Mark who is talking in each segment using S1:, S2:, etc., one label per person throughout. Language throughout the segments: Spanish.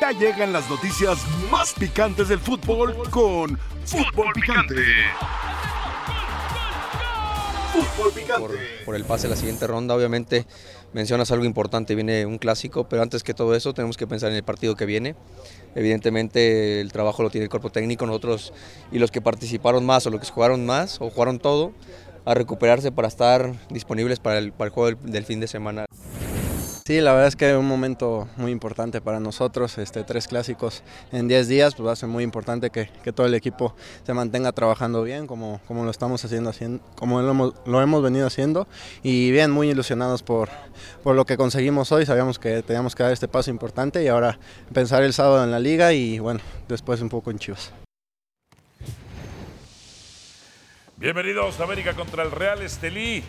S1: Ya llegan las noticias más picantes del fútbol con Fútbol Picante. Fútbol
S2: por,
S1: Picante.
S2: por el pase a la siguiente ronda. Obviamente mencionas algo importante, viene un clásico, pero antes que todo eso tenemos que pensar en el partido que viene. Evidentemente el trabajo lo tiene el cuerpo técnico, nosotros y los que participaron más o los que jugaron más o jugaron todo, a recuperarse para estar disponibles para el, para el juego del, del fin de semana.
S3: Sí, la verdad es que es un momento muy importante para nosotros, este, tres clásicos en 10 días, pues va a ser muy importante que, que todo el equipo se mantenga trabajando bien, como, como lo estamos haciendo, haciendo- como lo hemos, lo hemos venido haciendo, y bien, muy ilusionados por, por lo que conseguimos hoy, sabíamos que teníamos que dar este paso importante y ahora pensar el sábado en la liga y bueno, después un poco en Chivas.
S4: Bienvenidos a América contra el Real Estelí.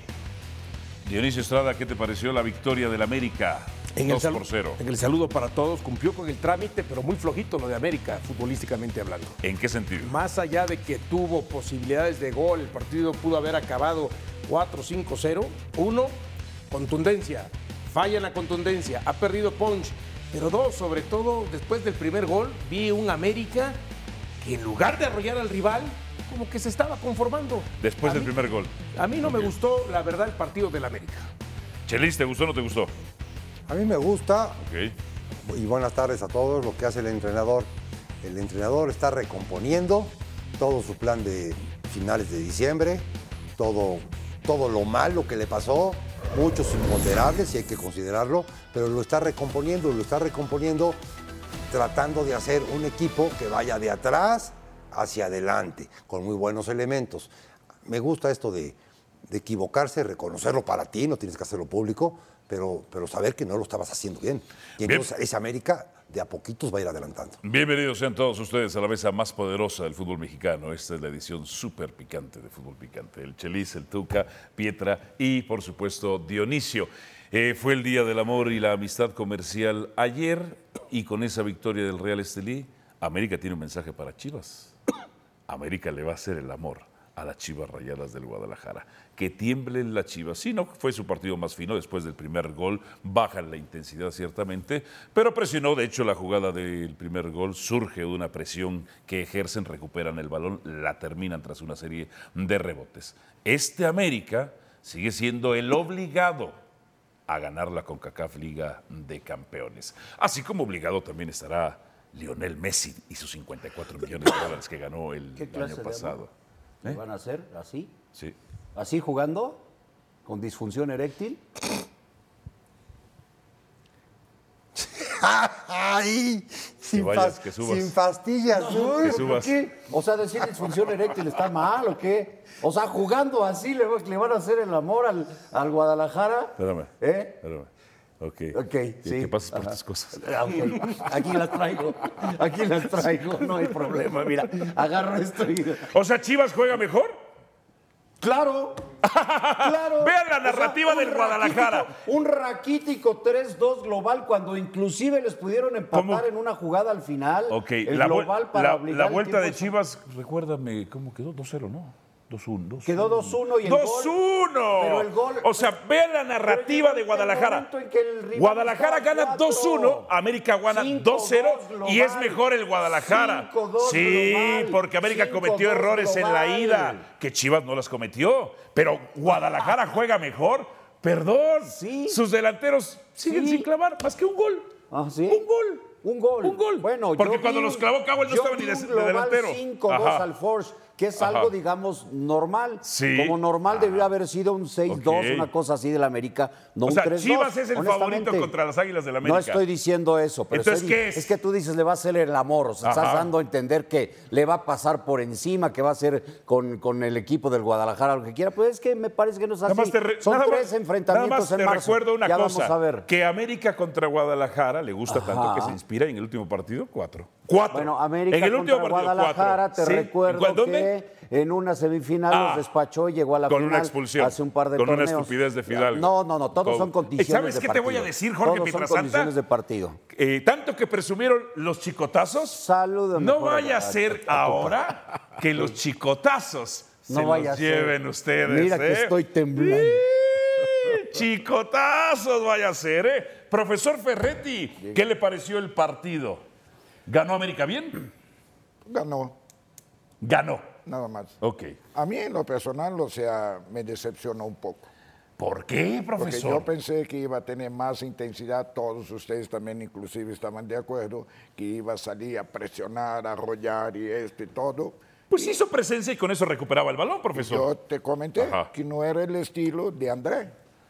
S4: Dionisio Estrada, ¿qué te pareció la victoria del América?
S5: En el,
S4: 2
S5: salu-
S4: por 0.
S5: en el saludo para todos, cumplió con el trámite, pero muy flojito lo de América, futbolísticamente hablando.
S4: ¿En qué sentido?
S5: Más allá de que tuvo posibilidades de gol, el partido pudo haber acabado 4-5-0. Uno, contundencia. Falla en la contundencia. Ha perdido punch. Pero dos, sobre todo, después del primer gol, vi un América que en lugar de arrollar al rival, como que se estaba conformando.
S4: Después
S5: A
S4: del
S5: mí-
S4: primer gol.
S5: A mí no me gustó, la verdad, el partido del América.
S4: Chelis, ¿te gustó o no te gustó?
S6: A mí me gusta,
S4: Ok.
S6: y buenas tardes a todos, lo que hace el entrenador. El entrenador está recomponiendo todo su plan de finales de diciembre, todo, todo lo malo que le pasó, muchos imponderables, y hay que considerarlo, pero lo está recomponiendo, lo está recomponiendo tratando de hacer un equipo que vaya de atrás hacia adelante, con muy buenos elementos. Me gusta esto de, de equivocarse, reconocerlo para ti, no tienes que hacerlo público, pero, pero saber que no lo estabas haciendo bien. Y
S4: Bien.
S6: entonces esa América de a poquitos va a ir adelantando.
S4: Bienvenidos sean todos ustedes a la mesa más poderosa del fútbol mexicano. Esta es la edición súper picante de Fútbol Picante. El Chelis, el Tuca, Pietra y, por supuesto, Dionisio. Eh, fue el Día del Amor y la Amistad Comercial ayer y con esa victoria del Real Estelí, América tiene un mensaje para Chivas. América le va a hacer el amor a las Chivas Rayadas del Guadalajara. Que tiemblen las Chivas. Sí, no fue su partido más fino después del primer gol. Bajan la intensidad ciertamente, pero presionó. De hecho, la jugada del primer gol surge de una presión que ejercen, recuperan el balón, la terminan tras una serie de rebotes. Este América sigue siendo el obligado a ganar la CONCACAF Liga de Campeones. Así como obligado también estará Lionel Messi y sus 54 millones de dólares que ganó el
S7: ¿Qué clase
S4: año
S7: de
S4: pasado. ¿Eh?
S7: amor? ¿Lo van a hacer así?
S4: Sí.
S7: ¿Así jugando? ¿Con disfunción eréctil?
S6: ¡Ay! Sin,
S4: vayas,
S6: pas-
S4: que subas.
S6: sin pastillas, uy,
S4: que subas.
S7: ¿Qué? O sea, decir disfunción eréctil está mal o qué? O sea, jugando así le, va- le van a hacer el amor al, al Guadalajara.
S4: Espérame.
S7: ¿Eh?
S4: Espérame. Ok.
S7: Ok,
S4: Y
S7: sí.
S4: Que pases por
S7: Ajá.
S4: tus cosas.
S7: Ah, ok. Aquí las traigo, aquí las traigo, no hay problema, mira, agarro esto y...
S4: O sea, Chivas juega mejor.
S7: ¡Claro! ¡Claro!
S4: Vean la narrativa
S7: un
S4: del Guadalajara.
S7: raquítico- un raquítico 3-2 global cuando inclusive les pudieron empatar
S4: ¿Cómo?
S7: en una jugada al final.
S4: Ok.
S7: El
S4: la, vuel-
S7: global para
S4: la-
S7: obligar
S4: la
S7: el
S4: vuelta de
S7: tiempo-
S4: Chivas, recuérdame cómo quedó 2-0, ¿no? 2-1. 2-1.
S7: Quedó 2-1 y el gol-
S4: 2-1.
S7: pero el gol-
S4: O sea, vean la narrativa
S7: Pero llegó
S4: de
S7: el
S4: Guadalajara.
S7: momento en que el rival
S4: Guadalajara
S7: está
S4: gana
S7: cuatro,
S4: 2-1, América gana
S7: cinco,
S4: 2-0
S7: dos
S4: y es
S7: global,
S4: mejor el Guadalajara.
S7: cinco, dos
S4: Sí,
S7: global,
S4: porque América
S7: cinco,
S4: cometió
S7: dos
S4: errores en la
S7: global.
S4: ida, que Chivas no las cometió, pero Guadalajara juega mejor. Perdón,
S7: Sí.
S4: sus delanteros siguen
S7: Sí.
S4: sin clavar más que un gol.
S7: Ah, ¿sí?
S4: Un gol.
S7: Un gol.
S4: Un gol.
S7: Bueno,
S4: Porque
S7: yo
S4: cuando
S7: vi
S4: los
S7: un-
S4: clavó Cowell no
S7: yo
S4: estaba
S7: vi
S4: ni de,
S7: un
S4: de
S7: global
S4: delantero.
S7: 5-2
S4: Ajá.
S7: al Force, que es
S4: Ajá.
S7: algo, digamos, normal.
S4: Sí.
S7: Como normal
S4: Ah.
S7: debió haber sido un 6-2,
S4: Ok.
S7: una cosa así del América, no
S4: O
S7: un
S4: sea,
S7: 3-2.
S4: Chivas es el
S7: honestamente.
S4: favorito contra las Águilas del América.
S7: No estoy diciendo eso, pero
S4: Entonces,
S7: estoy di-
S4: ¿qué es?
S7: que tú dices le va a hacer el amor, o sea, estás
S4: Ajá.
S7: dando a entender que le va a pasar por encima, que va a ser con, con el equipo del Guadalajara, lo que quiera, pues es que me parece que no es así.
S4: Nada más te re-
S7: Son
S4: nada más-
S7: tres enfrentamientos
S4: nada más
S7: en
S4: te
S7: marzo.
S4: recuerdo una
S7: ya
S4: cosa.
S7: vamos a ver.
S4: Que América contra Guadalajara le gusta tanto
S7: Ajá.
S4: que se inspira en el último partido, cuatro. Cuatro.
S7: Bueno, América
S4: en el último
S7: contra
S4: partido,
S7: Guadalajara,
S4: cuatro.
S7: te
S4: Sí.
S7: recuerdo
S4: ¿Cuál- dónde?
S7: que en una semifinal
S4: Ah,
S7: los despachó y llegó a la
S4: con
S7: final
S4: una expulsión,
S7: hace un par de
S4: con una
S7: torneos.
S4: estupidez de Fidalgo.
S7: No, no, no, todos
S4: Todo.
S7: son condiciones
S4: ¿Sabes
S7: de
S4: qué te voy
S7: partido.
S4: a decir, Jorge
S7: Todos son
S4: Pietrasanta?
S7: condiciones de partido.
S4: Eh, tanto que presumieron los chicotazos.
S7: Salúdame,
S4: No
S7: por
S4: vaya a
S7: favor,
S4: ser ahora que los chicotazos se
S7: No vaya a
S4: los
S7: ser.
S4: lleven ustedes.
S7: Mira que
S4: ¿eh?
S7: estoy temblando.
S4: Sí, Chicotazos vaya a ser, ¿eh? Profesor Ferretti, ¿qué le pareció el partido? ¿Ganó América bien?
S8: Ganó,
S4: Ganó.
S8: nada más.
S4: Ok.
S8: A mí en lo personal, o sea, me decepcionó un poco.
S4: ¿Por qué,
S8: Porque
S4: profesor?
S8: yo pensé que iba a tener más intensidad, todos ustedes también inclusive estaban de acuerdo, que iba a salir a presionar, a arrollar y esto y todo.
S4: Pues hizo presencia y con eso recuperaba el balón,
S8: Yo
S4: profesor.
S8: te comenté
S4: Ajá.
S8: que no era el estilo de André,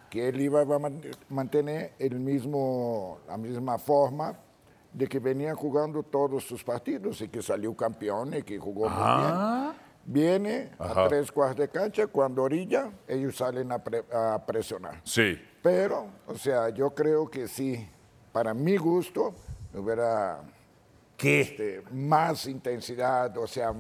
S8: que él iba a man- mantener el mismo, la misma forma de que venía jugando todos sus partidos y que salió campeón y que jugó muy bien. Viene
S4: Ah. Ajá.
S8: a tres cuartos de cancha, cuando orilla, ellos salen a, pre- a presionar.
S4: Sí.
S8: Pero, o sea, yo creo que sí, para mi gusto, hubiera
S4: ¿Qué?
S8: este, más intensidad, o sea,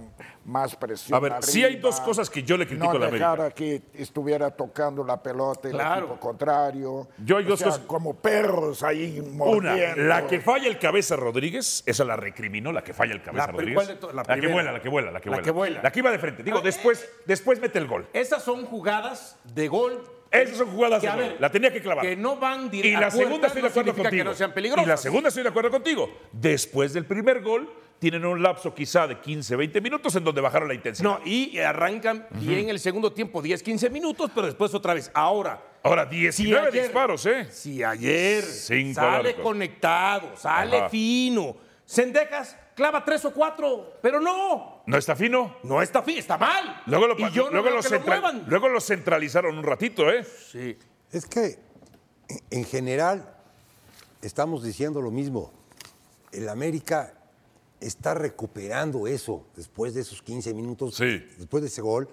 S8: más presión.
S4: A ver, sí hay dos cosas que yo le critico
S8: no
S4: a la América.
S8: dejara que estuviera tocando la pelota el
S5: Claro.
S8: equipo contrario.
S4: Yo hay
S8: O
S4: dos
S8: sea,
S4: cosas-
S8: Como perros ahí
S4: Una,
S8: mordiendo.
S4: la que falla el cabeza Rodríguez, esa la recriminó, la que falla el cabeza
S5: La pri-
S4: Rodríguez.
S5: ¿cuál de to- la
S4: la que
S5: primera?
S4: vuela, la que vuela, la que
S5: La
S4: vuela.
S5: que vuela. Ah, eh.
S4: La que iba de frente. Digo, después, después mete el gol.
S5: Esas son jugadas de gol.
S4: Esas son jugadas
S5: que,
S4: de
S5: a
S4: gol. La tenía que clavar.
S5: Que no van
S4: Y
S5: directo.
S4: la segunda estoy de acuerdo contigo.
S5: Que no sean
S4: y
S5: peligrosas.
S4: la segunda estoy de acuerdo contigo. Después del primer gol, tienen un lapso quizá de 15, 20 minutos en donde bajaron la intensidad.
S5: No, y arrancan bien el segundo tiempo, 10, 15 minutos, pero después otra vez. Ahora,
S4: Ahora, 19
S5: ayer-
S4: disparos, ¿eh?
S5: si ayer
S4: Cinco al
S5: sale
S4: arco.
S5: conectado, sale
S4: Ajá.
S5: fino, Sendejas clava tres o cuatro, pero no,
S4: ¿No está fino?
S5: no está fino, está mal.
S4: Luego lo,
S5: y yo no
S4: luego
S5: veo
S4: lo
S5: que
S4: central-
S5: lo muevan.
S4: luego lo centralizaron un ratito, ¿eh?
S5: Sí.
S6: Es que en- en general estamos diciendo lo mismo. El América está recuperando eso después de esos 15 minutos,
S4: Sí.
S6: después de ese gol.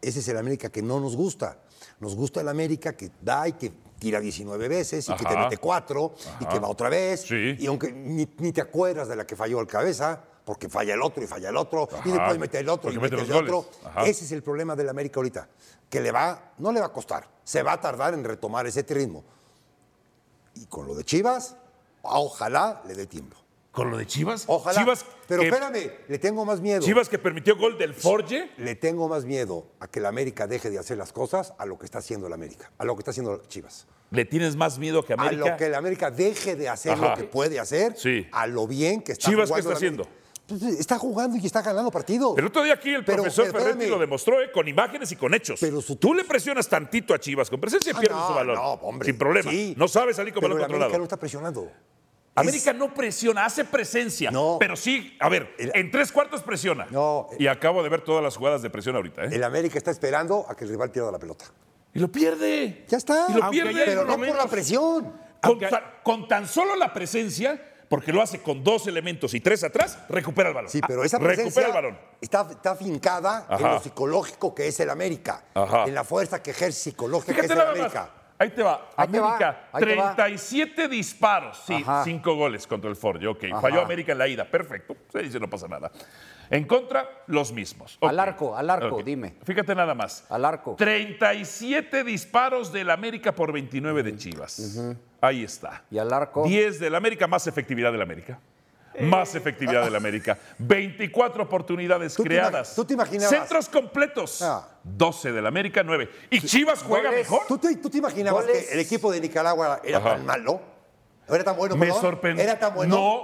S6: Ese es el América que no nos gusta. Nos gusta el América que da y que tira 19 veces y que te
S4: Ajá.
S6: mete cuatro y que va otra vez.
S4: Sí.
S6: Y aunque ni, ni te acuerdas de la que falló al cabeza, porque falla el otro y falla el otro y
S4: Ajá.
S6: después mete el otro y
S4: Porque mete
S6: mete el
S4: los goles.
S6: otro.
S4: Ajá.
S6: Ese es el problema del América ahorita, que le va, no le va a costar, se va a tardar en retomar ese ritmo. Y con lo de Chivas, ojalá le dé tiempo.
S4: Con lo de Chivas.
S6: Ojalá.
S4: Chivas
S6: Pero
S4: que-
S6: espérame, le tengo más miedo.
S4: Chivas que permitió gol del Forge.
S6: Le tengo más miedo a que el América deje de hacer las cosas a lo que está haciendo el América, a lo que está haciendo Chivas.
S4: ¿Le tienes más miedo que América?
S6: A lo que el América deje de hacer
S4: Ajá.
S6: lo que puede hacer,
S4: Sí.
S6: a lo bien que está
S4: Chivas, ¿qué
S6: jugando.
S4: está
S6: el América. Pues, Está jugando y está ganando partidos.
S4: El otro día aquí el
S6: Pero,
S4: profesor
S6: espérame,
S4: Ferretti lo demostró ¿eh? con imágenes y con hechos.
S6: Pero su-
S4: Tú le presionas tantito a Chivas con presencia y
S6: Ah,
S4: pierdes
S6: no,
S4: su valor.
S6: no, hombre,
S4: sin problema.
S6: sí.
S4: No sabe salir con
S6: Pero
S4: balón
S6: el América
S4: controlado.
S6: no está presionando.
S4: América no presiona, hace presencia.
S6: No.
S4: Pero sí, a ver,
S6: El-
S4: en tres cuartos presiona.
S6: No. eh.
S4: Y acabo de ver todas las jugadas de presión ahorita. ¿eh?
S6: El América está esperando a que el rival pierda la pelota.
S4: Y lo pierde.
S6: Ya está.
S4: Y lo
S6: Aunque
S4: pierde.
S6: ya- pero no
S4: Momentos.
S6: por la presión.
S4: Con, ta- con tan solo la presencia, porque lo hace con dos elementos y tres atrás, recupera el balón.
S6: Sí, pero esa
S4: Ah,
S6: presencia
S4: Recupera el balón.
S6: Está, está fincada
S4: Ajá.
S6: en lo psicológico que es el América.
S4: Ajá.
S6: En la fuerza que ejerce psicológica
S4: Fíjate
S6: que es el
S4: nada más.
S6: América.
S4: Ahí te va.
S6: Ahí te va,
S4: América,
S6: ahí te va.
S4: 37 disparos. Sí,
S6: Ajá.
S4: 5 goles contra el Forge. Ok, falló América en la ida. Perfecto. Se dice, no pasa nada. En contra, los mismos. Ok.
S7: Al arco, al arco,
S4: Ok.
S7: dime.
S4: Fíjate nada más.
S7: Al arco.
S4: 37 disparos del América por 29 de Chivas. Ahí está.
S7: Y al arco.
S4: 10 del América, más efectividad del América. Más efectividad del América. 24 oportunidades
S6: Eh. ¿Tú te imag-
S4: creadas.
S6: tú te imaginabas?
S4: Centros completos.
S6: Ah.
S4: 12 del América, 9. ¿Y Chivas juega
S7: Goles.
S4: mejor?
S6: ¿Tú te, tú te imaginabas
S7: Goles.
S6: que el equipo de Nicaragua era
S4: Ajá.
S6: tan malo? ¿No era tan bueno?
S4: Me
S6: perdón?
S4: sorprendió.
S6: ¿Era tan bueno?
S4: No,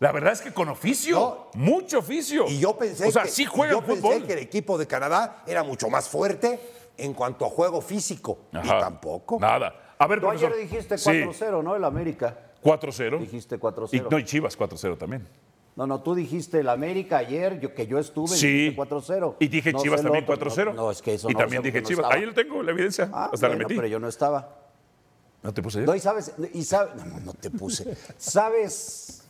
S4: la verdad es que con oficio.
S6: No.
S4: Mucho oficio.
S6: Y yo pensé,
S4: Oh, O sea,
S6: que,
S4: sí juega
S6: yo
S4: al
S6: pensé
S4: fútbol.
S6: que el equipo de Canadá era mucho más fuerte en cuanto a juego físico.
S4: Ajá.
S6: Y tampoco.
S4: Nada. A ver,
S7: Tú
S4: profesor.
S7: ayer dijiste
S4: Sí,
S7: 4-0, ¿no? El América.
S4: 4-0.
S7: Dijiste
S4: Y,
S7: 4-0.
S4: no, y Chivas 4-0 también.
S7: No, no, tú dijiste el América ayer, yo, que yo estuve,
S4: Sí.
S7: dijiste 4-0.
S4: Y dije
S7: No
S4: Chivas
S7: sé el
S4: también
S7: otro,
S4: 4-0.
S7: No, no, es que eso
S4: Y
S7: no
S4: también
S7: sé
S4: dije
S7: porque no
S4: Chivas.
S7: estaba.
S4: Ahí lo tengo, la evidencia.
S7: Ah,
S4: Hasta la
S7: bueno,
S4: metí.
S7: pero yo no estaba.
S4: No te puse.
S7: No, y sabes, y sabes, no, no te puse. ¿Sabes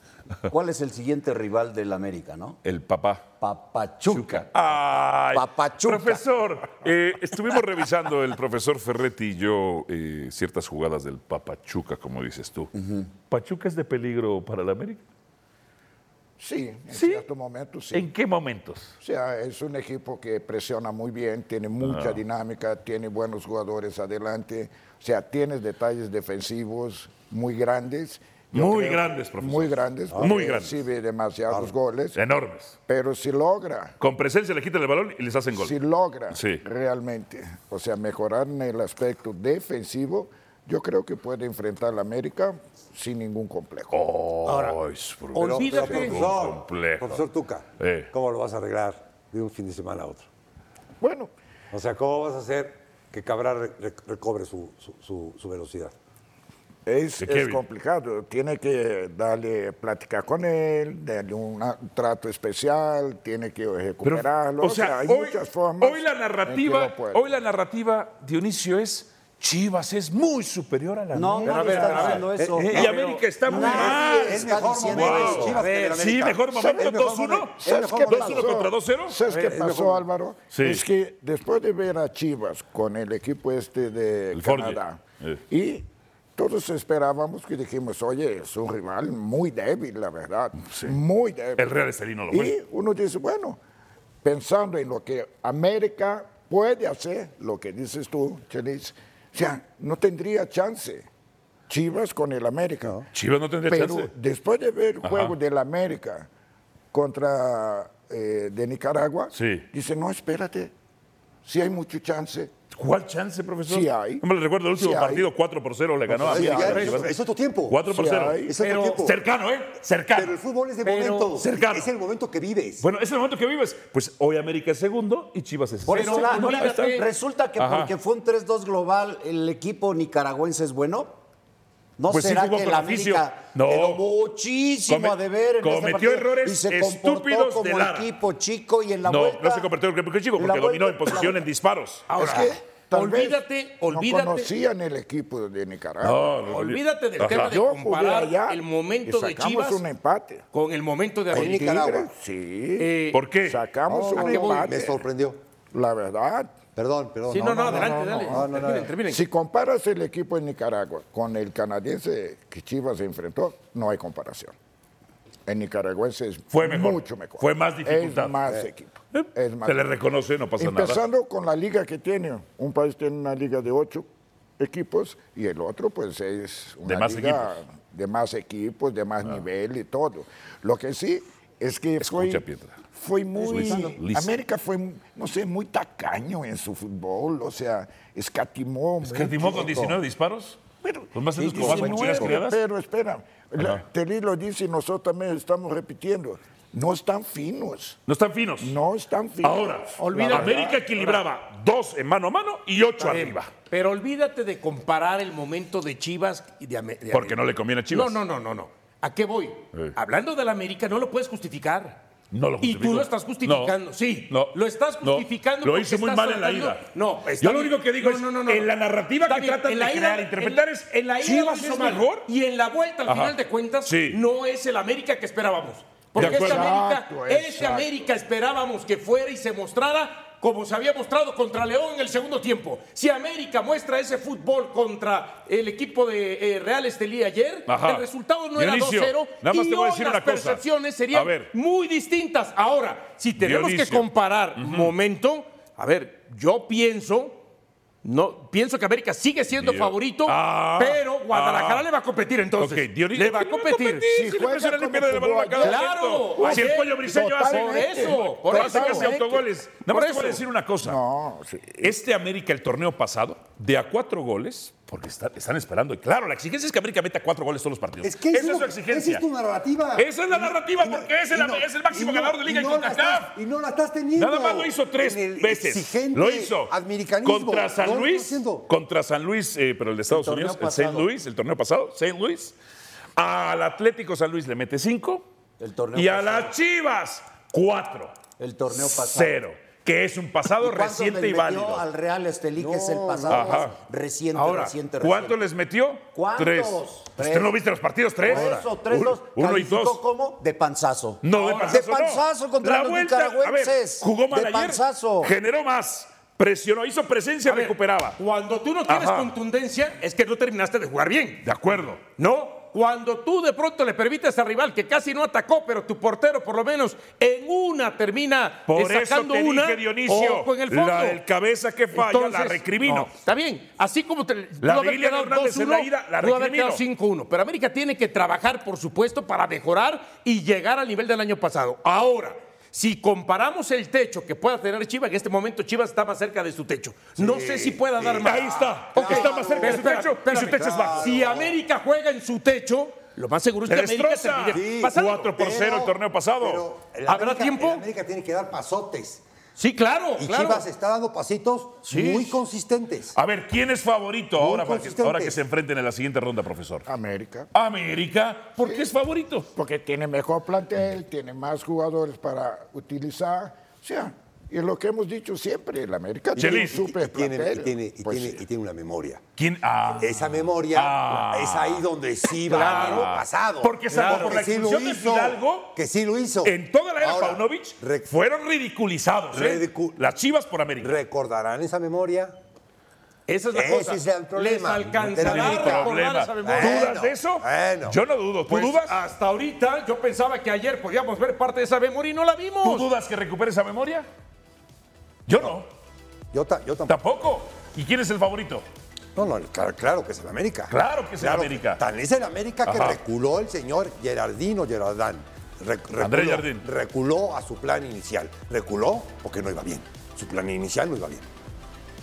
S7: cuál es el siguiente rival del América, no?
S4: El papá.
S7: Papachuca.
S4: Ay,
S7: Papachuca.
S4: Profesor, eh, estuvimos revisando el profesor Ferretti y yo eh, ciertas jugadas del Papachuca, como dices tú. ¿Pachuca es de peligro para el América?
S8: Sí, en
S4: Sí.
S8: cierto momento sí.
S4: ¿En qué momentos?
S8: O sea, es un equipo que presiona muy bien, tiene mucha
S4: Ah.
S8: dinámica, tiene buenos jugadores adelante. O sea, tienes detalles defensivos muy grandes.
S4: Muy
S8: creo-
S4: grandes, profesor. Ah.
S8: Muy grandes.
S4: Muy
S8: porque
S4: grandes. Ah. Eh.
S8: Recibe demasiados goles.
S4: Enormes.
S8: Pero si logra,
S4: Con presencia le quitan el balón y les hacen gol.
S8: si logra
S4: Sí.
S8: realmente, o sea, mejorar en el aspecto defensivo, yo creo que puede enfrentar a la América sin ningún complejo.
S4: Oh. Ahora, es
S6: Pero-
S5: Olvídate.
S6: pero,
S4: un
S6: profesor,
S4: complejo.
S6: profesor Tuca,
S4: Eh.
S6: ¿cómo lo vas a arreglar de un fin de semana a otro?
S8: Bueno,
S6: O sea, ¿cómo vas a hacer que Cabral re- re- recobre su, su- su- su velocidad?
S8: Es,
S4: De
S8: es
S4: Kevin.
S8: complicado, tiene que darle platicar con él, darle un a- un trato especial, tiene que
S4: Pero,
S8: recuperarlo.
S4: o sea,
S8: hay
S4: hoy,
S8: muchas formas.
S4: hoy la
S8: en que
S4: narrativa,
S8: lo puede.
S4: hoy la narrativa, Dionisio, es Chivas es muy superior a la
S9: No,
S4: nuestra.
S9: no
S5: ver, a
S9: está
S5: ver,
S9: diciendo
S4: Eh,
S9: eso.
S4: eh, y América está muy
S9: Nadie
S4: mal.
S9: está
S6: Es mejor
S9: diciendo
S6: momento,
S9: eso.
S6: Chivas, que el
S4: Sí,
S6: América.
S4: mejor momento,
S6: Es mejor
S4: 2-1.
S6: momento.
S8: ¿Sabes qué
S4: 2-1
S8: pasó?
S4: contra 2-0.
S8: ¿Sabes qué
S6: Es mejor
S8: pasó,
S6: momento.
S8: Álvaro?
S4: Sí.
S8: Es que después de ver a Chivas con el equipo este de
S4: El Forge.
S8: Canadá,
S4: Eh.
S8: y todos esperábamos que dijimos, oye, es un rival muy débil, la verdad, muy débil.
S4: El Real Estelino lo
S8: Y
S4: fue.
S8: uno dice, bueno, pensando en lo que América puede hacer, lo que dices tú, Chelis, o sea, no tendría chance Chivas con el América.
S4: Chivas no tendría
S8: Pero
S4: chance.
S8: después de ver el
S4: Ajá.
S8: juego del América contra eh, de Nicaragua,
S4: Sí.
S8: dice, no, espérate, si hay mucho chance.
S4: ¿Cuál chance, profesor?
S8: Sí hay.
S4: No me lo recuerdo el último
S8: Sí hay.
S4: partido, 4 por 0 le ganó a
S6: Sí,
S4: América.
S6: ya, es- es otro tiempo.
S4: 4 por
S8: Sí
S4: 0.
S8: hay.
S6: Es otro tiempo.
S4: cercano, ¿eh? Cercano.
S6: Pero el fútbol es de
S4: Pero
S6: momento.
S4: cercano.
S6: Es el momento que vives.
S4: Bueno, es el momento que vives. Pues hoy América es segundo y Chivas es
S9: Por
S4: sexto.
S9: eso,
S4: No,
S9: ahorita
S4: ahí está.
S9: resulta que
S4: Ajá.
S9: porque fue un 3-2 global, el equipo nicaragüense es bueno. ¿No
S4: Pues sí
S9: será
S4: jugó
S9: que
S4: con
S9: la
S4: aficio.
S9: América
S4: No.
S9: quedó muchísimo
S4: Come-
S9: a deber en este
S4: cometió
S9: partido
S4: errores
S9: y se comportó
S4: estúpidos de
S9: como
S4: Lara.
S9: equipo chico y en la
S4: no,
S9: vuelta...
S4: no se convirtió en el equipo chico
S9: en
S4: porque
S9: la
S4: dominó en
S9: vuelta-
S4: posición, en disparos.
S5: Ahora,
S8: es que tal vez
S5: olvídate,
S8: No
S5: olvídate.
S8: conocían el equipo de Nicaragua.
S4: No, no,
S5: Olvídate del
S4: Ajá.
S5: tema de
S8: Yo jugué
S5: comparar
S8: allá
S5: el
S8: y
S5: momento de
S8: sacamos
S5: Chivas
S8: un empate.
S5: con el momento de
S8: Con
S5: América.
S8: Tigres, sí.
S5: Eh,
S4: ¿Por qué?
S8: Sacamos
S5: ¿a
S8: un
S5: qué voy?
S8: empate.
S6: Me sorprendió.
S8: La verdad.
S6: Perdón, perdón.
S5: Sí, no, no, adelante,
S6: no,
S5: dale.
S6: no, no, no, no.
S5: terminen, terminen.
S8: Si comparas el equipo de Nicaragua con el canadiense que Chivas enfrentó, no hay comparación. El nicaragüense es
S4: Fue mejor.
S8: mucho mejor.
S4: Fue más dificultad.
S8: Es más equipo.
S4: Eh,
S8: Es más
S4: se le
S8: equipo.
S4: reconoce, no pasa nada.
S8: Empezando con la liga que tiene. Un país tiene una liga de ocho equipos y el otro pues es una
S4: De más Ah.
S8: liga de más equipos, de más nivel y todo. Lo que sí es que
S4: Escucha,
S8: fue,
S4: Pietra.
S8: fue muy...
S4: Luis, Luis.
S8: América fue, no sé, muy tacaño en su fútbol, o sea, escatimó.
S4: Escatimó
S8: mucho.
S4: con 19 disparos. Con más de
S8: Y
S4: los con más
S8: 19,
S4: oportunidades creadas.
S8: Pero espera, la- Telí lo dice y nosotros también estamos repitiendo. No están finos.
S4: No están finos.
S8: No están finos.
S4: Ahora,
S5: Olvídate.
S4: América equilibraba dos en mano a mano y ocho
S5: Está bien,
S4: arriba.
S5: Em, Pero olvídate de comparar el momento de Chivas y de, Ame- de
S4: Porque
S5: América.
S4: no le conviene a Chivas.
S5: No, no, no, no, no. ¿A qué voy?
S4: Eh.
S5: Hablando del América, no lo puedes justificar.
S4: No lo
S5: Y
S4: justifico.
S5: tú lo estás justificando.
S4: No,
S5: sí,
S4: no,
S5: lo estás
S4: no.
S5: justificando.
S4: Lo
S5: porque
S4: hizo muy
S5: estás
S4: mal en la
S5: soltando-
S4: ida.
S5: No, está
S4: Yo lo
S5: bien.
S4: único que digo
S5: No,
S4: es,
S5: no, no, no.
S4: en la narrativa
S5: Está
S4: que
S5: bien,
S4: tratan
S5: en
S4: de
S5: la ida-
S4: crear, interpretar, es
S5: en la ida
S4: Chivas
S5: lo hizo
S4: es
S5: mal.
S4: mejor.
S5: Y en la vuelta, al
S4: Ajá.
S5: final de cuentas,
S4: Sí.
S5: no es el América que esperábamos. Porque
S4: De
S5: este
S4: acuerdo.
S5: América,
S8: Exacto,
S5: ese
S8: exacto.
S5: América esperábamos que fuera y se mostrara como se había mostrado contra León en el segundo tiempo. Si América muestra ese fútbol contra el equipo de eh, Real Estelí ayer,
S4: Ajá.
S5: el resultado no era
S4: Dionisio,
S5: 2-0
S4: nada más
S5: y
S4: te voy
S5: hoy
S4: a decir
S5: las
S4: una cosa.
S5: percepciones serían
S4: A ver.
S5: muy distintas. Ahora, si tenemos que
S4: Dionisio.
S5: comparar momento, a ver, yo pienso no pienso que América sigue siendo
S4: Dio-
S5: favorito,
S4: Ah,
S5: pero Guadalajara
S4: ah.
S5: le va a competir entonces.
S4: Ok, Dionisio,
S5: le va a
S4: ¿por qué
S5: competir.
S4: Si,
S8: Si
S4: le
S8: juega
S4: presionan y
S8: como
S4: pierden el
S8: jugó
S4: balón al cada
S5: ayer.
S4: rato.
S5: Claro,
S4: Si el
S5: ayer,
S4: pollo briseño hace,
S5: por eso, por
S4: hace
S5: eso.
S4: casi autogoles. Nada más
S5: Por
S4: te voy a
S5: eso.
S4: decir una cosa.
S8: No, sí.
S4: Este América, el torneo pasado, de a cuatro goles, porque está- están esperando. Y claro, la exigencia es que América meta cuatro goles todos los partidos.
S6: Es que
S4: Esa
S6: eso
S4: es
S6: lo
S4: su
S6: que-
S4: exigencia.
S6: Esa es tu narrativa.
S4: Esa es la
S6: Y no-
S4: narrativa,
S6: y no-
S4: porque es el-
S6: y no-
S4: es el máximo
S6: y no-
S4: ganador de Liga
S6: y
S4: en
S6: no la
S4: CONCACAF.
S6: estás- Y no la estás teniendo.
S4: Nada más lo hizo tres
S6: En el
S4: veces.
S6: exigente
S4: Lo hizo
S6: Americanismo.
S4: contra
S6: No
S4: San
S6: lo
S4: Luis,
S6: estás haciendo.
S4: contra San Luis, eh, pero el de Estados
S7: torneo
S4: Unidos, el St.
S7: pasado.
S4: Louis, el torneo pasado, St. Louis. Al Atlético San Luis le mete cinco
S7: El torneo
S4: y a
S7: pasado.
S4: las Chivas cuatro.
S7: El torneo pasado.
S4: Cero, que es un pasado
S9: ¿Cuánto
S4: reciente
S9: le
S4: y
S9: metió
S4: válido.
S9: al Real Estelí, que es el pasado
S4: no.
S9: más
S4: Ajá.
S9: reciente,
S5: Ahora,
S9: reciente,
S4: ¿Cuánto
S9: reciente.
S4: les metió?
S9: ¿Cuántos?
S4: Tres.
S9: Tres.
S4: ¿Usted no viste los partidos? Tres.
S9: Por eso, tres,
S4: Uno-
S9: dos.
S4: Uno y
S9: calificó
S4: dos.
S9: como de panzazo.
S4: No, de
S9: Ahora,
S4: panzazo. no.
S9: panzazo contra
S4: La
S9: los
S4: vuelta, A ver,
S9: nicaragüenses.
S4: jugó mal
S9: de
S4: ayer.
S9: panzazo.
S4: Generó más. Presionó, hizo presencia,
S5: A ver,
S4: recuperaba.
S5: Cuando tú no tienes
S4: Ajá.
S5: contundencia, es que no terminaste de jugar bien.
S4: De acuerdo.
S5: No, cuando tú de pronto le permites al rival que casi no atacó, pero tu portero por lo menos en una termina eh,
S4: Por eso
S5: sacando
S4: te
S5: una.
S4: dije, Dionisio,
S5: ojo en el fondo.
S4: la del cabeza que falla, la
S5: Entonces,
S4: recrimino.
S5: no, está bien. Así como te,
S4: La
S5: pudo
S4: de
S5: haber
S4: Ilian
S5: quedado
S4: Hernández en la
S5: 2-1,
S4: ida, la
S5: pudo haber
S4: recrimino.
S5: quedado 5-1. Pero América tiene que trabajar, por supuesto, para mejorar y llegar al nivel del año pasado. Ahora, Si comparamos el techo que pueda tener Chivas, en este momento Chivas está más cerca de su techo. no sé si pueda dar más.
S4: Ahí está. Está más cerca de su techo y su techo es bajo.
S5: Si América juega en su techo, lo más seguro es
S4: Le
S5: que América
S4: destroza.
S5: termine
S4: Sí,
S5: pasando.
S4: 4 por 0 el torneo pasado.
S6: Pero el
S5: ¿Habrá
S6: América-
S5: tiempo?
S6: el América tiene que dar pasotes.
S5: Sí, claro,
S6: Y
S5: claro.
S6: Chivas está dando pasitos
S4: Sí.
S6: muy
S8: Ah,
S6: consistentes.
S4: A ver, ¿quién es favorito ahora, para que,
S6: consistente.
S4: ahora que se enfrenten en la siguiente ronda, profesor?
S8: América.
S4: América, ¿por qué es favorito?
S8: porque tiene mejor plantel, tiene más jugadores para utilizar. O sea, y lo que hemos dicho siempre, el América tiene un
S4: Chelis.
S8: super
S6: y tiene,
S8: plantel.
S6: y tiene- y
S8: Pues
S6: tiene-
S8: sí.
S6: y tiene una memoria.
S4: ¿Quién? Ah,
S6: Esa memoria
S4: Ah.
S6: es ahí donde sí va
S4: Claro.
S6: lo pasado.
S4: Porque salvo por la
S6: que sí lo
S4: expulsión de
S6: hizo,
S4: Fidalgo,
S6: Que sí lo hizo.
S4: en toda la era
S6: Ahora,
S4: Paunovic
S6: rec-
S4: fueron ridiculizados. ¿eh?
S6: Ridicu-
S4: Las Chivas por América.
S6: ¿Recordarán esa memoria?
S5: Esa es la
S6: Ese
S5: cosa.
S6: es el
S5: Les
S6: problema.
S5: alcanzará
S6: Del
S5: a
S6: América.
S5: recordar esa
S4: problema.
S5: memoria.
S6: Bueno,
S4: ¿Dudas de eso?
S6: bueno.
S4: Yo no dudo. ¿Tú
S5: Pues,
S4: dudas?
S5: Hasta ahorita yo pensaba que ayer podíamos ver parte de esa memoria y no la vimos.
S4: ¿Tú dudas que recupere esa memoria? Yo no.
S6: Yo, ta- yo tampoco.
S4: Tampoco. ¿Y quién es el favorito?
S6: No, no, claro, claro que es el América.
S4: Claro que es el América.
S6: Tan es el América que
S4: Ajá.
S6: reculó el señor Gerardino Gerardán. Re- reculó,
S4: Andrés Jardín.
S6: Reculó a su plan inicial. Reculó porque no iba bien. Su plan inicial no iba bien.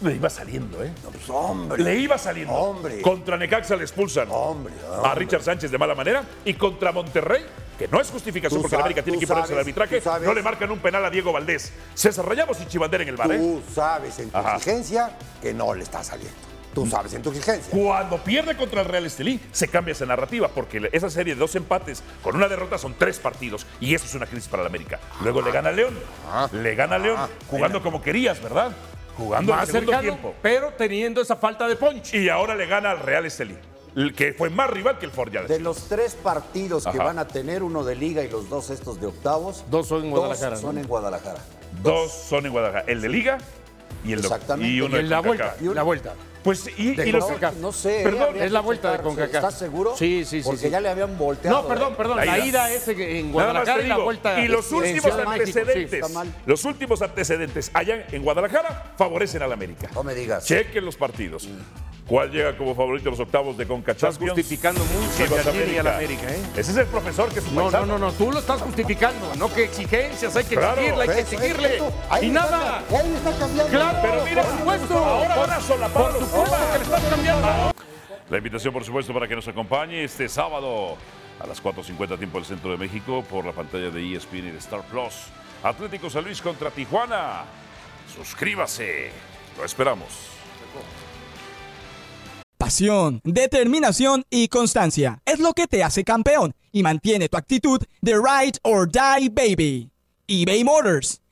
S4: Le iba saliendo, ¿eh?
S6: No, pues, hombre.
S4: Le iba saliendo.
S6: Hombre.
S4: Contra Necaxa le expulsan.
S6: Hombre,
S4: A Richard Sánchez de mala manera. Y contra Monterrey, que no es justificación
S6: Tú
S4: porque
S6: sa-
S4: la América tiene
S6: tú
S4: que ponerse el
S6: sabes,
S4: arbitraje.
S6: tú sabes.
S4: No le marcan un penal a Diego Valdés. César Rayamos y Chivander en el bar, ¿eh?
S6: Tú sabes en tu
S4: Ajá. Mm.
S6: exigencia que no le está saliendo. Tú sabes en tu exigencia.
S4: Cuando pierde contra el Real Estelí, se cambia esa narrativa, porque esa serie de dos empates con una derrota son tres partidos, y eso es una crisis para el América. Luego le gana a León,
S6: Ah.
S4: le gana a León, jugando como querías, ¿verdad? Jugando al
S5: más
S4: segundo
S5: cercano,
S4: tiempo.
S5: pero teniendo esa falta de punch.
S4: Y ahora le gana al Real Estelí, el que fue más rival que el Ford ya
S9: De
S4: decía.
S9: los tres partidos que
S4: Ajá.
S9: van a tener, uno de liga y los dos estos de octavos.
S5: Dos son en Guadalajara,
S9: Son
S5: ¿no?
S9: en Guadalajara.
S4: Dos son en Guadalajara, el de Liga y el de
S9: Exactamente.
S4: Y uno
S5: Y en
S4: de
S5: la
S4: CONCACAF.
S5: vuelta, la vuelta.
S4: Pues, y,
S5: De
S4: y los-
S5: CONCACAF.
S9: No sé. eh,
S5: Perdón,
S9: habría
S5: es
S9: que
S5: la vuelta de
S9: checarse.
S5: CONCACAF.
S9: ¿Estás seguro?
S5: Sí, sí, sí,
S9: Porque
S5: sí.
S9: ya le habían volteado.
S5: No, perdón,
S9: ¿eh?
S5: perdón.
S4: La
S5: La,
S4: ida.
S5: ida es en- en
S4: Nada más te
S5: Guadalajara y la
S4: digo,
S5: vuelta.
S4: y los
S5: en
S4: últimos
S5: Ciudad de México, sí.
S4: antecedentes,
S9: está mal.
S4: los últimos antecedentes allá en Guadalajara favorecen al América.
S9: No me digas.
S4: Chequen los partidos. ¿Cuál llega como favorito a los octavos de Conca
S10: Estás
S4: Champions?
S10: justificando mucho a
S4: Chivas
S10: Jardín y al América, ¿eh?
S4: Ese es el profesor que es un
S5: No, no, no,
S4: paisano.
S5: no, tú lo estás justificando, no que exigencias, hay que
S4: Claro.
S5: exigirle, hay que
S6: Eso es,
S5: exigirle.
S6: eso. Pues, Ahí
S5: Y
S6: está
S5: nada,
S6: ca- Ahí está cambiando.
S5: claro,
S4: Pero mira,
S5: por supuesto,
S4: ahora
S5: por,
S4: van a solapar
S5: por
S4: los
S5: supuesto
S4: temas.
S5: que le estás cambiando.
S4: La invitación, por supuesto, para que nos acompañe este sábado a las 4.50 tiempo del Centro de México por la pantalla de E ESPN y de Star Plus. Atlético San Luis contra Tijuana. Suscríbase. Lo esperamos.
S11: Pasión, determinación y constancia es lo que te hace campeón y mantiene tu actitud de ride or die baby. eBay Motors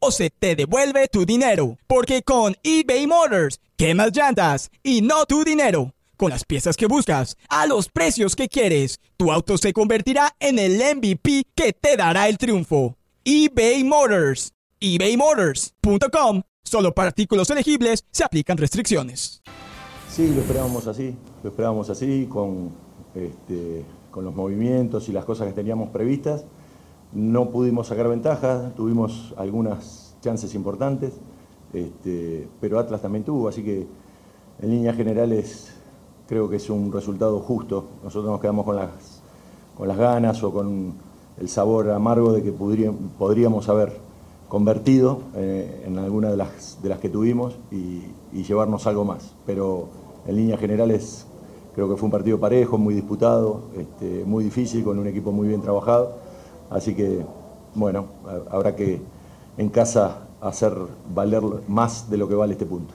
S11: o se te devuelve tu dinero. Porque con eBay Motors, quemas llantas y no tu dinero. Con las piezas que buscas, a los precios que quieres, tu auto se convertirá en el MVP que te dará el triunfo. eBay Motors. ebaymotors.com. Solo para artículos elegibles se aplican restricciones.
S12: Sí, lo esperábamos así, lo esperábamos así, con, este, con los movimientos y las cosas que teníamos previstas. No pudimos sacar ventaja, tuvimos algunas chances importantes, este, pero Atlas también tuvo, así que en líneas generales creo que es un resultado justo. Nosotros nos quedamos con las, con las ganas o con el sabor amargo de que pudri- podríamos haber convertido eh, en alguna de las, de las que tuvimos y, y llevarnos algo más. Pero en líneas generales creo que fue un partido parejo, muy disputado, este, muy difícil, con un equipo muy bien trabajado. Así que, bueno, ha- habrá que en casa hacer valer más de lo que vale este punto.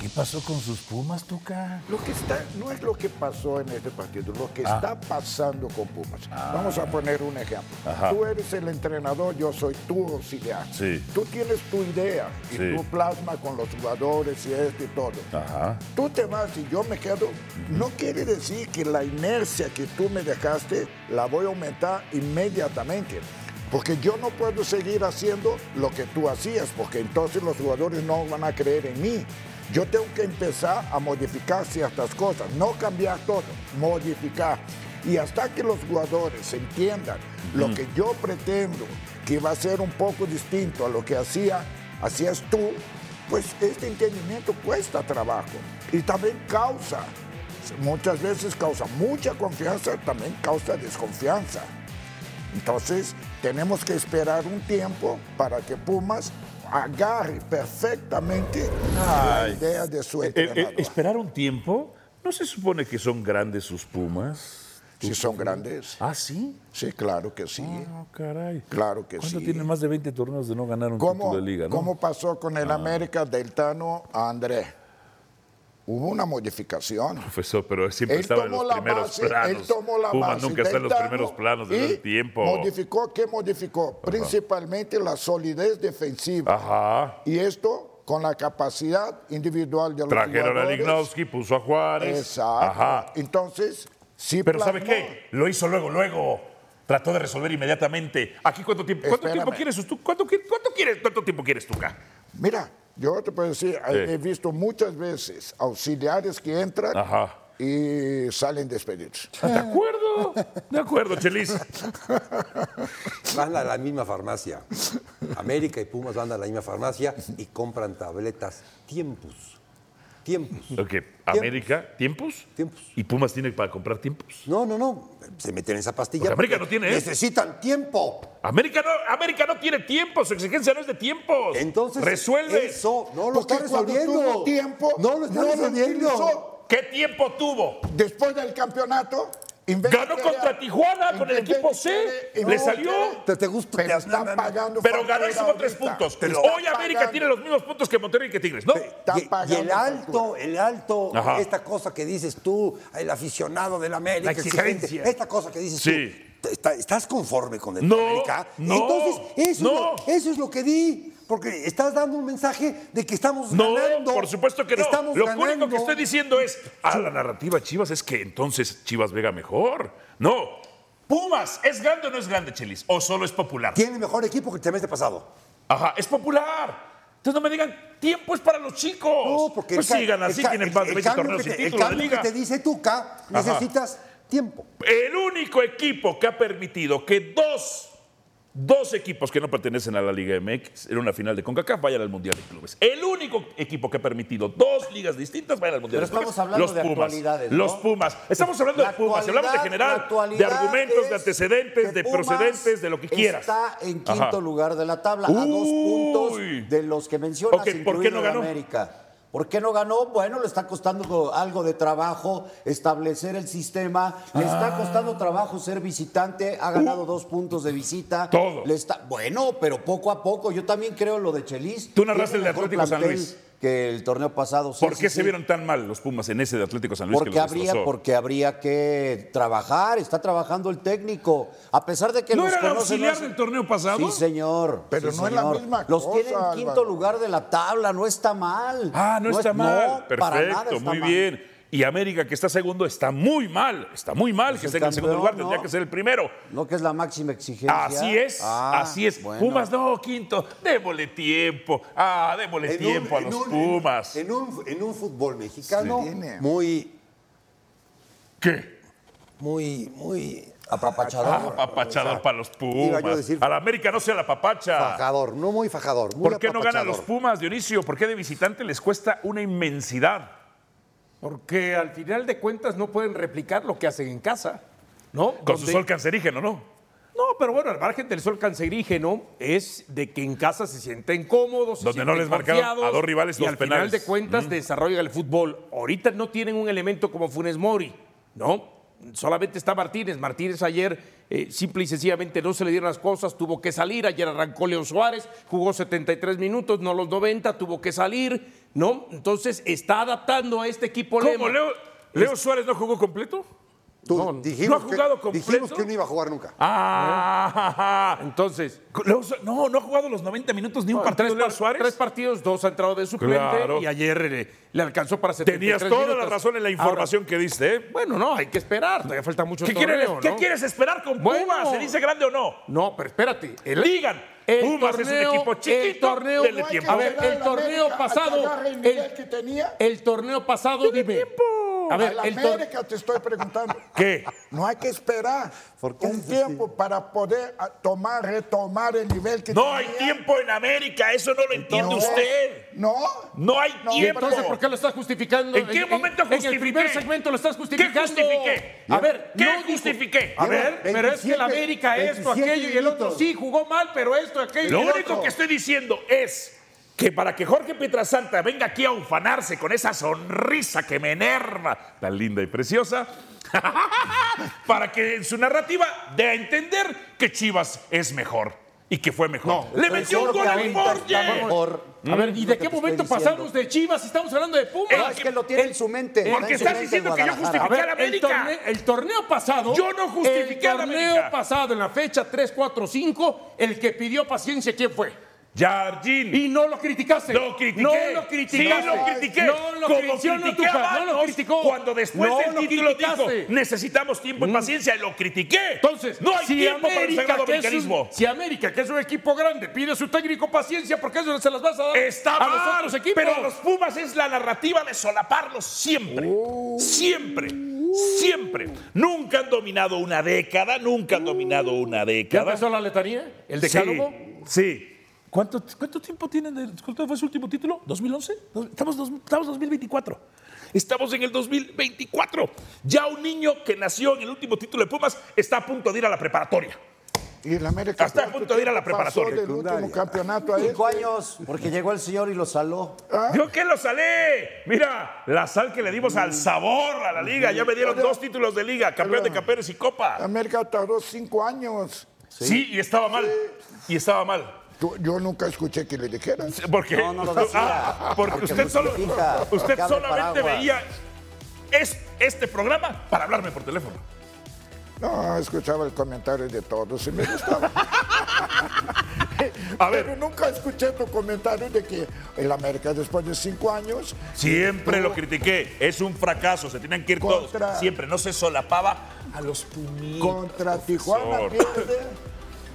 S10: ¿Qué pasó con sus Pumas, Tuca?
S8: Lo que está, no es lo que pasó en este partido, lo
S11: Ah.
S8: que está pasando con Pumas. Vamos a poner un ejemplo.
S4: Ajá.
S8: Tú eres el entrenador, yo soy tu auxiliar.
S4: Sí.
S8: Tú tienes tu idea y
S4: Sí.
S8: tú plasmas con los jugadores y esto y todo.
S4: Ajá.
S8: Tú te vas y yo me quedo. No quiere decir que la inercia que tú me dejaste la voy a aumentar inmediatamente. Porque yo no puedo seguir haciendo lo que tú hacías, porque entonces los jugadores no van a creer en mí. Yo tengo que empezar a modificar ciertas cosas, no cambiar todo, modificar. Y hasta que los jugadores entiendan lo que yo pretendo, que va a ser un poco distinto a lo que hacía, hacías tú, pues este entendimiento cuesta trabajo y también causa, muchas veces causa mucha confianza, también causa desconfianza. Entonces, tenemos que esperar un tiempo para que Pumas agarre perfectamente la
S4: Ay.
S8: idea de su
S4: Eh, eh,
S8: entrenador.
S4: ¿Esperar un tiempo? ¿No se supone que son grandes sus pumas?
S8: Si son grandes.
S4: ¿Ah, sí?
S8: Sí, claro que sí.
S4: Ah, caray.
S8: Claro que
S4: ¿Cuándo
S8: sí.
S4: tiene más de 20 torneos de no ganar un
S8: ¿Cómo,
S4: título de liga? ¿no? Ah.
S8: cómo pasó con el América del Tano a Andrés? Hubo una modificación.
S4: Profesor, pero siempre
S8: Él
S4: estaba en
S8: tomó
S4: los
S8: la
S4: primeros
S8: base,
S4: planos.
S8: él tomó la
S4: Pumas
S8: base
S4: nunca está en
S8: del
S4: los
S8: Tano
S4: primeros planos de
S8: y
S4: todo el tiempo.
S8: Modificó, ¿qué modificó? Principalmente la solidez defensiva.
S4: Ajá.
S8: Y esto con la capacidad individual de los
S4: Trajeron a
S8: jugadores.
S4: Lignovsky, puso a Juárez.
S8: Exacto.
S4: Ajá.
S8: Entonces, sí
S4: Pero
S8: plasmó.
S4: ¿sabe qué? Lo hizo luego, luego. Trató de resolver inmediatamente. ¿Aquí cuánto tiempo, cuánto
S8: Espérame.
S4: tiempo quieres tú? ¿Cuánto, qui- cuánto quieres, cuánto tiempo quieres tú acá?
S8: Mira, yo te puedo decir, he visto muchas veces auxiliares que entran
S4: Ajá.
S8: y salen despedidos.
S4: De acuerdo, de acuerdo, Chelis.
S6: Van a la misma farmacia. América y Pumas van a la misma farmacia y compran tabletas. Tiempos. Tiempos.
S4: Ok, América, ¿tiempos? Tiempos. ¿Y Pumas tiene para comprar tiempos?
S6: No, no, no. Se meten en esa pastilla.
S4: Porque América
S6: porque
S4: no tiene, ¿eh?
S6: Necesitan tiempo.
S4: América no, América no tiene tiempo, su exigencia no es de tiempos. Entonces, resuelve.
S6: Eso no lo
S8: Porque
S6: está
S8: cuando
S6: resolviendo.
S8: tuvo tiempo,
S6: No lo está resolviendo.
S8: utilizó.
S4: ¿Qué tiempo tuvo?
S8: Después del campeonato, en vez
S4: Ganó
S8: de
S4: contra Tijuana con el
S8: en vez
S4: equipo
S8: de
S4: C.
S8: querer- en
S4: Le
S8: vez de
S4: salió.
S8: querer-
S6: Te, te gusta.
S8: Pero están pagando.
S4: Pero ganó y
S8: factura
S4: sumó tres
S8: ahorita.
S4: puntos.
S8: Pero
S4: Hoy
S8: están
S4: América
S8: pagando.
S4: tiene los mismos puntos que Monterrey y que Tigres, ¿no?
S8: Están
S6: Y el
S8: pagando
S6: alto, el alto,
S4: Ajá.
S6: esta cosa que dices tú, el aficionado del América,
S4: La
S6: exigente,
S4: exigencia.
S6: esta cosa que dices
S4: Sí.
S6: tú, ¿está- ¿estás conforme con el
S4: No,
S6: América?
S4: no,
S6: Entonces, eso,
S4: no.
S6: Es lo, eso es lo que di, porque estás dando un mensaje de que estamos
S4: No,
S6: ganando.
S4: por supuesto que no.
S6: Estamos
S4: Lo
S6: ganando.
S4: único que estoy diciendo es, a Ah, la narrativa Chivas es que entonces Chivas Vega mejor. No. Pumas, ¿es grande o no es grande, Chelis? ¿O solo es popular?
S6: Tiene mejor equipo que el semestre pasado.
S4: Ajá, es popular. Entonces no me digan, tiempo es para los chicos.
S6: No, porque
S4: pues
S6: el ca-
S4: sigan
S6: el
S4: así,
S6: ca-
S4: tienen
S6: el-
S4: más de
S6: el
S4: 20
S6: cambio
S4: torneos
S6: que
S4: sin
S6: te- el
S4: título de
S6: cambio
S4: liga.
S6: que te dice Tuca,
S4: Ajá.
S6: necesitas tiempo.
S4: El único equipo que ha permitido que dos, dos equipos que no pertenecen a la Liga MX en una final de CONCACAF vayan al Mundial de Clubes. El único equipo que ha permitido dos ligas distintas vayan al Mundial
S7: Pero
S4: de Clubes.
S7: estamos hablando
S4: los
S7: de
S4: Pumas,
S7: actualidades, ¿no?
S4: Los Pumas. Estamos hablando
S7: La
S4: de Pumas. y Hablamos de
S7: actualidad- la
S4: general, de
S7: actualidad
S4: argumentos, de
S7: es
S4: antecedentes, de
S7: que Pumas
S4: procedentes, de lo que quieras.
S7: Está en quinto
S4: Ajá.
S7: lugar de la tabla, a dos
S4: Uy.
S7: puntos de los que mencionas,
S4: Ok, ¿por qué
S7: incluido
S4: no
S7: el
S4: ganó?
S7: América. ¿Por qué no ganó? Bueno, le está costando algo de trabajo establecer el sistema, le
S4: Ah.
S7: está costando trabajo ser visitante, ha ganado dos puntos de visita.
S4: Uh. Todo.
S7: Le está, bueno, pero poco a poco, yo también creo lo de Chelis.
S4: Tú narraste
S7: Tiene
S4: el de
S7: mejor
S4: Atlético San
S7: plantel
S4: Luis.
S7: Que el torneo pasado. sí,
S4: ¿Por
S7: sí,
S4: qué
S7: sí.
S4: se vieron tan mal los Pumas en ese de Atlético San Luis que
S7: Porque
S4: los
S7: habría,
S4: destrozó?
S7: porque habría que trabajar, está trabajando el técnico. A pesar de que
S4: ¿No
S7: los
S4: era el
S7: conoce,
S4: auxiliar
S7: hace-
S4: del torneo pasado?
S7: Sí, señor.
S8: Pero
S7: sí,
S8: no es la
S7: señor.
S8: misma
S7: Los
S8: cosa,
S7: tiene en quinto
S8: Álvaro.
S7: lugar de la tabla, no está mal.
S4: Ah, no, está
S7: es-
S4: mal.
S7: no, para nada
S4: Perfecto,
S7: está
S4: muy
S7: mal.
S4: bien. Y América, que está segundo, está muy mal. Está muy mal que
S7: el
S4: esté en el segundo
S7: campeón,
S4: lugar,
S7: Pues ¿no?
S4: tendría que ser el primero.
S7: No que es la máxima exigencia.
S4: Así es,
S7: Ah,
S4: así es.
S7: bueno.
S4: Pumas, no, quinto, démosle tiempo. Ah, démosle
S6: En un-
S4: tiempo a
S6: en
S4: los
S6: un-
S4: Pumas.
S6: En un, en un fútbol mexicano
S8: Tiene.
S6: muy
S4: ¿Qué?
S6: muy, muy
S4: Ah,
S6: apapachador.
S4: apapachador
S6: O sea,
S4: para los
S6: iba yo a
S4: Pumas.
S6: decir-
S4: A la América no sea la papacha.
S6: Fajador, no muy fajador. muy
S4: ¿Por qué no ganan los
S6: apapachador.
S4: Pumas, Dionisio? ¿Por qué de visitante les cuesta una inmensidad?
S5: Porque al final de cuentas no pueden replicar lo que hacen en casa, ¿no?
S4: Con su
S5: Donde-
S4: sol cancerígeno, ¿no?
S5: No, pero bueno, al margen del sol cancerígeno es de que en casa se sienten cómodos, se
S4: Donde no
S5: sienten
S4: les marcaron
S5: confiados,
S4: a dos rivales
S5: y
S4: los
S5: al
S4: penales.
S5: final de cuentas desarrollan el fútbol. Ahorita no tienen un elemento como Funes Mori, ¿no? Solamente está Martínez. Martínez ayer eh, simple y sencillamente no se le dieron las cosas, tuvo que salir. Ayer arrancó León Suárez, jugó 73 minutos, no los 90, tuvo que salir, ¿no? Entonces está adaptando a este equipo
S4: ¿Cómo?
S5: lema.
S4: ¿Leo, Leo Suárez no jugó completo?
S6: Tú
S5: No, no.
S6: dijimos,
S5: ¿No ha jugado
S6: que,
S5: completo?
S6: dijimos que no iba a jugar nunca.
S4: Ah,
S5: entonces.
S4: No, no ha jugado los 90 minutos ni un partido
S5: tres,
S4: Leo
S5: par-
S4: Suárez.
S5: tres partidos, dos ha entrado de suplente
S4: Claro.
S5: y ayer eh, le alcanzó para 73
S4: Tenías toda la
S5: minutos.
S4: razón en la
S5: Ahora,
S4: información que diste, ¿eh?
S5: bueno, no, hay que esperar, todavía falta mucho
S4: ¿Qué,
S5: torneo,
S4: quieres,
S5: ¿no?
S4: qué quieres esperar con Pumas?
S5: Bueno.
S4: ¿Se dice grande o no?
S5: No, pero espérate.
S4: Digan, Pumas es un equipo chiquito,
S5: El torneo,
S4: denle tiempo.
S5: A ver, el torneo pasado.
S8: El nivel
S5: El,
S8: que tenía.
S5: el torneo pasado, dime. A ver,
S8: la
S5: el torneo.
S8: América te estoy preguntando.
S4: ¿Qué?
S8: No hay que esperar un tiempo para poder ah, tomar, retomar el nivel que
S4: No hay
S8: tenía.
S4: tiempo en América, eso no lo entiende
S8: Entonces,
S4: usted.
S8: No.
S4: No hay
S8: No,
S4: tiempo.
S5: Entonces, ¿por qué lo estás justificando?
S4: ¿En qué momento
S5: En el primer
S4: justifiqué?
S5: segmento lo estás
S4: ¿Qué
S5: justificando.
S4: justifiqué?
S5: A ver,
S4: ¿Qué
S5: no dijo-
S4: justifiqué?
S5: A ver,
S4: Lleva
S5: pero es que el
S4: 27,
S5: América esto,
S4: 27
S5: aquello y el otro
S4: minutos.
S5: sí jugó mal, pero esto, aquello. y
S4: Lo
S5: el
S4: único
S5: otro.
S4: que estoy diciendo es que para que Jorge Pietrasanta venga aquí a ufanarse con esa sonrisa que me enerva, tan linda y preciosa, para que en su narrativa dé a entender que Chivas es mejor y que fue mejor. ¡Le metió un
S7: mejor
S4: gol
S7: que
S4: al
S7: ahorita está
S4: Borges!
S7: mejor. Mm,
S5: A ver, ¿y
S7: Lo
S5: de
S7: que
S5: qué
S7: te
S5: momento
S7: estoy diciendo.
S5: pasamos de Chivas y estamos hablando de Pumas?
S7: No, es que lo tiene en su mente. está
S4: Porque
S7: en su
S4: estás
S7: mente
S4: diciendo que yo
S7: Guadalajara.
S5: A
S4: justifiqué
S5: ver,
S4: a la
S5: el,
S4: América.
S5: torne- el torneo pasado.
S4: Yo no justifiqué a
S5: El
S4: la
S5: torneo
S4: América.
S5: pasado, en la fecha 3, 4, 5, el que pidió paciencia, ¿quién fue?
S4: Jardín.
S5: Y no lo criticaste.
S4: Lo critiqué.
S5: No lo criticaqué.
S4: Sí, lo critiqué.
S5: No lo
S4: Como
S5: critiqué. No,
S4: critiqué a
S5: lo
S4: Baños
S5: criticó.
S4: Cuando después
S5: No
S4: del
S5: lo
S4: título dijo,
S5: criticaste. Mm.
S4: necesitamos tiempo y paciencia, lo critiqué.
S5: Entonces,
S4: no hay
S5: si
S4: tiempo para el
S5: América,
S4: sagrado
S5: que es un-
S4: mecanismo.
S5: si América, que es un equipo grande, pide a su técnico paciencia, porque eso se las vas a dar
S4: Está
S5: a los
S4: mal,
S5: otros equipos.
S4: pero a los Pumas es la narrativa de solaparlos siempre,
S5: Oh.
S4: siempre, siempre. Nunca han dominado una década, nunca han dominado una
S5: ¿Ya
S4: década.
S5: empezó la letanía? ¿El decálogo?
S4: Sí, sí.
S10: ¿Cuánto, cuánto tiempo tienen? de- ¿Cuánto fue su último título?
S4: ¿2011? Dos- Estamos, dos- estamos 2024. Estamos en el 2024. Ya un niño que nació en el último título de Pumas está a punto de ir a la preparatoria.
S8: Y el América
S4: Hasta a punto de ir a la
S8: pasó
S4: preparatoria.
S8: del último campeonato ¿Ah? a
S7: Cinco
S8: este.
S7: años, porque llegó el señor y lo saló.
S4: Yo que lo salé. Mira, la sal que le dimos al sabor a la liga. Ya me dieron dos títulos de liga, campeón de campeones y copa.
S8: América tardó cinco años.
S4: Sí, y estaba mal. Y estaba mal.
S8: Tú- yo nunca escuché que le dijeran.
S4: Porque,
S7: No, no lo decía.
S4: Ah, porque
S7: Porque
S4: usted, solo,
S7: justifica,
S4: usted
S7: cabe
S4: solamente
S7: paraguas.
S4: veía es- este programa para hablarme por teléfono.
S8: No, escuchaba el comentario de todos y me gustaba.
S4: A ver.
S8: Pero nunca escuché tu comentario de que el América después de cinco años
S4: Siempre lo
S8: tuvo-
S4: critiqué. Es un fracaso. Se tienen que ir
S8: Contra-
S4: todos. Siempre no se solapaba a los pumitos.
S8: Contra Tijuana pierde,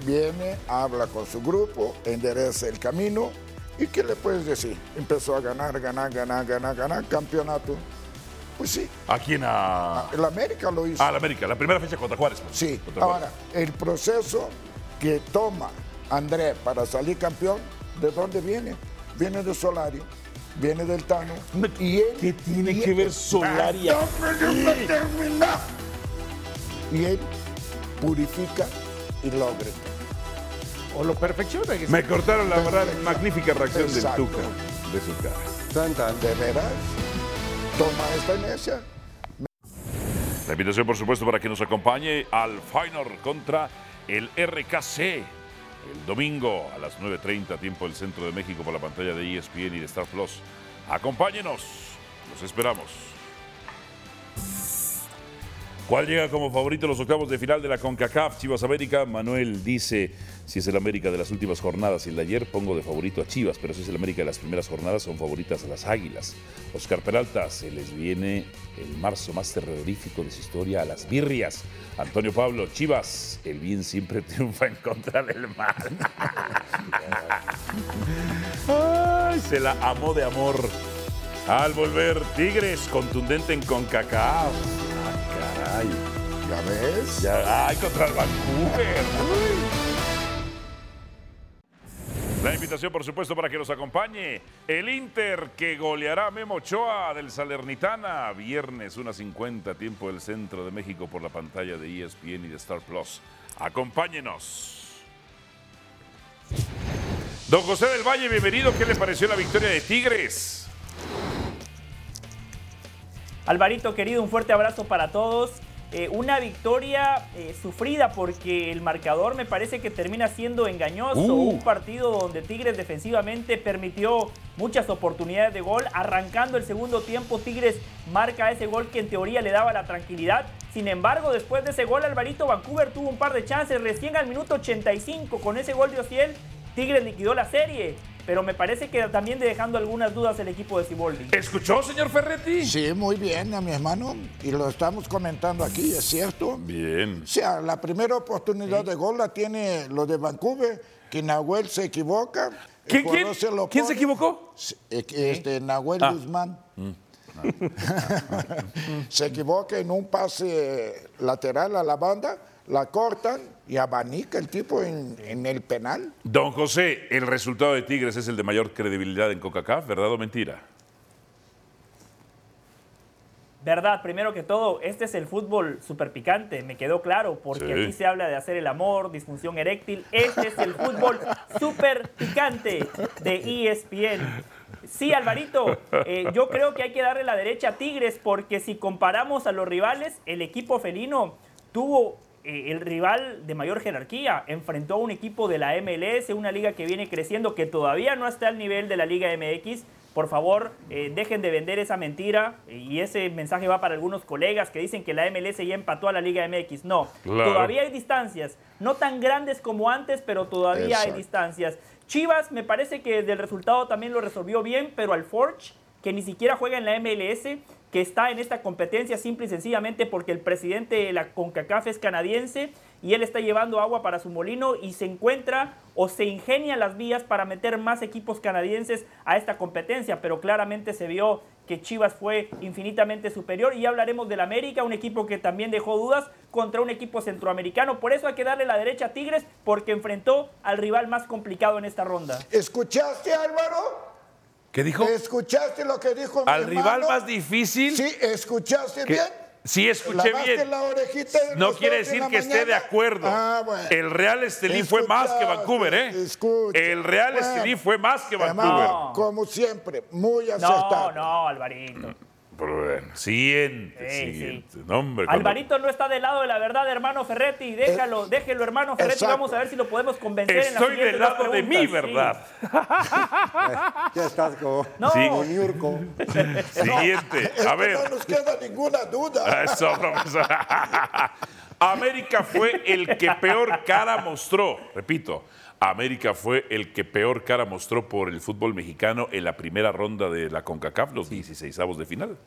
S8: viene, habla con su grupo, endereza el camino. ¿Y qué le puedes decir? Empezó a ganar, ganar, ganar, ganar, ganar, campeonato. Pues sí,
S4: ¿A quién? A,
S8: el América lo hizo.
S4: a Ah, la América. La primera fecha contra Juárez. pues.
S8: Sí,
S4: Contra
S8: ahora,
S4: Juárez.
S8: el proceso que toma Andrés para salir campeón, ¿de dónde viene? Viene de Solari, viene del Tano. Y él,
S4: ¿Qué tiene
S8: y
S4: que
S8: él-
S4: ver Solari
S8: Ah, no me deja terminar. Y él purifica y logra.
S5: ¿O lo perfecciona?
S4: Me cortaron la verdad. Magnífica reacción del
S8: Exacto.
S4: Tuca. De su cara.
S6: Tan, tan.
S8: De veras, toma esta inercia.
S4: La invitación, por supuesto, para que nos acompañe al Final contra el RKC. El domingo a las 9.30, tiempo del Centro de México, por la pantalla de E ESPN y de Star Plus. Acompáñenos. Los esperamos. ¿Cuál llega como favorito a los octavos de final de la CONCACAF? Chivas América. Manuel dice, si es el América de las últimas jornadas y el de ayer, pongo de favorito a Chivas, pero si es el América de las primeras jornadas, son favoritas a las Águilas. Oscar Peralta, se les viene el marzo más terrorífico de su historia a las birrias. Antonio Pablo, Chivas, el bien siempre triunfa en contra del mal. Ay, se la amó de amor. Al volver, Tigres, contundente en CONCACAF. Ah, caray.
S8: ¿Ya ves?
S4: Ya, ay, contra el Vancouver. Uy. La invitación, por supuesto, para que nos acompañe. El Inter que goleará a Memo Ochoa del Salernitana. Viernes 1.50, tiempo del centro de México por la pantalla de E ESPN y de Star Plus. Acompáñenos. Don José del Valle, bienvenido. ¿Qué le pareció la victoria de Tigres?
S13: Alvarito, querido, un fuerte abrazo para todos. eh, una victoria eh, sufrida porque el marcador me parece que termina siendo engañoso.
S4: Uh.
S13: Un partido donde Tigres defensivamente permitió muchas oportunidades de gol. Arrancando el segundo tiempo, Tigres marca ese gol que en teoría le daba la tranquilidad. Sin embargo, después de ese gol, Alvarito Vancouver tuvo un par de chances. Recién al minuto 85, con ese gol de Ociel, Tigres liquidó la serie. Pero me parece que también dejando algunas dudas el equipo de Ciboldi.
S4: ¿Escuchó, señor Ferretti?
S8: Sí, muy bien, a mi hermano. Y lo estamos comentando aquí, es cierto.
S4: Bien.
S8: O sea, la primera oportunidad de gol la tiene lo de Vancouver, que Nahuel se equivoca.
S4: ¿Quién,
S8: el jugador
S4: quién?
S8: se lo
S4: ¿Quién se
S8: pone.
S4: equivocó?
S8: Se- eh, Este, Nahuel
S4: Ah.
S8: Guzmán. se equivoca en un pase lateral a la banda, la cortan y abanica el tipo en, en el penal.
S4: Don José, el resultado de Tigres es el de mayor credibilidad en CONCACAF, ¿verdad o mentira?
S13: Verdad, primero que todo, este es el fútbol super picante, me quedó claro, porque
S4: Sí.
S13: aquí se habla de hacer el amor, disfunción eréctil. Este es el fútbol super picante de E ESPN. Sí, Alvarito, eh, yo creo que hay que darle la derecha a Tigres, porque si comparamos a los rivales, el equipo felino tuvo eh, el rival de mayor jerarquía, enfrentó a un equipo de la MLS, una liga que viene creciendo, que todavía no está al nivel de la Liga MX. Por favor, eh, dejen de vender esa mentira eh, y ese mensaje va para algunos colegas que dicen que la MLS ya empató a la Liga MX. No,
S14: Claro.
S13: todavía hay distancias, no tan grandes como antes, pero todavía
S14: Exacto.
S13: hay distancias. Chivas me parece que del resultado también lo resolvió bien, pero al Forge, que ni siquiera juega en la MLS, que está en esta competencia simple y sencillamente porque el presidente de la CONCACAF es canadiense y él está llevando agua para su molino y se encuentra o se ingenia las vías para meter más equipos canadienses a esta competencia, pero claramente se vio que Chivas fue infinitamente superior y ya hablaremos del América, un equipo que también dejó dudas contra un equipo centroamericano, por eso hay que darle la derecha a Tigres porque enfrentó al rival más complicado en esta ronda.
S8: ¿Escuchaste, Álvaro?
S4: ¿Qué dijo?
S8: ¿Escuchaste lo que dijo mi
S4: ¿Al rival
S8: hermano?
S4: más difícil?
S8: Sí, ¿escuchaste
S4: Que-
S8: bien?
S4: Sí, escuché
S8: ¿Lavaste
S4: bien.
S8: la orejita de
S4: No
S8: las
S4: quiere
S8: dos de
S4: decir
S8: la
S4: que esté de
S8: mañana?
S4: acuerdo.
S8: Ah, bueno.
S4: El Real Estelí fue más que Vancouver, ¿eh? El Real
S8: Bueno.
S4: Estelí fue más que
S8: Hermano,
S4: Vancouver.
S8: Como siempre, muy acertado.
S13: no, Alvarito.
S4: Pero bueno, siguiente,
S13: Sí,
S4: siguiente. No, hombre, cuando-
S13: Alvarito no está del lado de la verdad, hermano Ferretti, déjalo, déjelo, hermano Ferretti,
S4: Exacto.
S13: vamos a ver si lo podemos convencer en las
S4: Estoy
S13: siguientes
S4: del
S13: dos
S4: lado de mi
S13: preguntas, sí.
S4: verdad.
S6: Ya estás como,
S13: No.
S6: como Niurko.
S4: Siguiente.
S8: Es
S4: A
S8: que
S4: ver.
S8: No nos queda ninguna duda.
S4: Eso, profesor. América fue el que peor cara mostró. Repito, América fue el que peor cara mostró por el fútbol mexicano en la primera ronda de la CONCACAF, los 16 avos de final.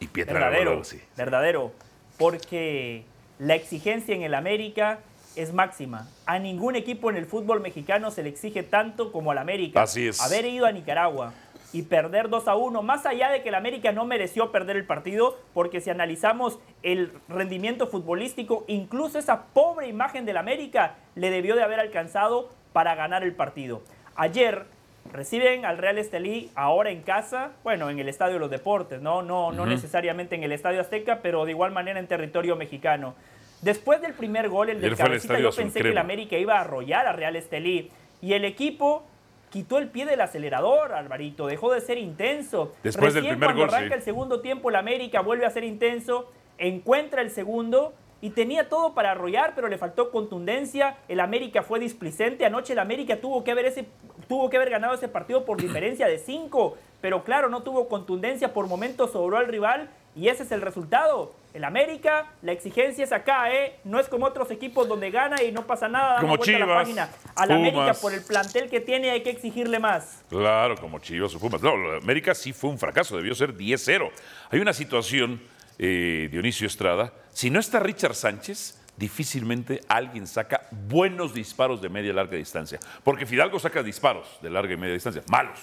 S4: Y Pietra la
S13: verdadero,
S4: valoró, sí.
S13: verdadero, porque la exigencia en el América es máxima. A ningún equipo en el fútbol mexicano se le exige tanto como al América.
S4: Así es.
S13: Haber ido a Nicaragua y perder 2 a 1, más allá de que el América no mereció perder el partido, porque si analizamos el rendimiento futbolístico, incluso esa pobre imagen del América le debió de haber alcanzado para ganar el partido. Ayer Reciben al Real Estelí ahora en casa, bueno, en el Estadio de los Deportes, no, no, no
S14: Ujú.
S13: necesariamente en el Estadio Azteca, pero de igual manera en territorio mexicano. Después del primer gol, el del
S14: Ayer fue al
S13: Cabecita,
S14: Estadio
S13: yo
S14: Azul
S13: pensé que
S14: Crema.
S13: el América iba a arrollar a Real Estelí y el equipo quitó el pie del acelerador, Alvarito, dejó de ser intenso.
S4: Después del
S13: Recién
S4: primer
S13: cuando
S4: gol,
S13: arranca
S4: sí.
S13: el segundo tiempo, el América vuelve a ser intenso, encuentra el segundo y tenía todo para arrollar, pero le faltó contundencia. El América fue displicente. Anoche el América tuvo que haber, ese, tuvo que haber ganado ese partido por diferencia de cinco, pero claro, no tuvo contundencia. Por momentos sobró al rival y ese es el resultado. El América, la exigencia es acá, ¿eh? No es como otros equipos donde gana y no pasa nada. damos
S4: Como
S13: vuelta a la
S4: Chivas,
S13: página. Al América,
S4: Pumas.
S13: por el plantel que tiene, hay que exigirle más.
S4: Claro, como Chivas o Pumas. No, lo de América sí fue un fracaso, debió ser 10-0. Hay una situación, eh, Dionisio Estrada, si no está Richard Sánchez, difícilmente alguien saca buenos disparos de media y larga distancia. Porque Fidalgo saca disparos de larga y media distancia, malos.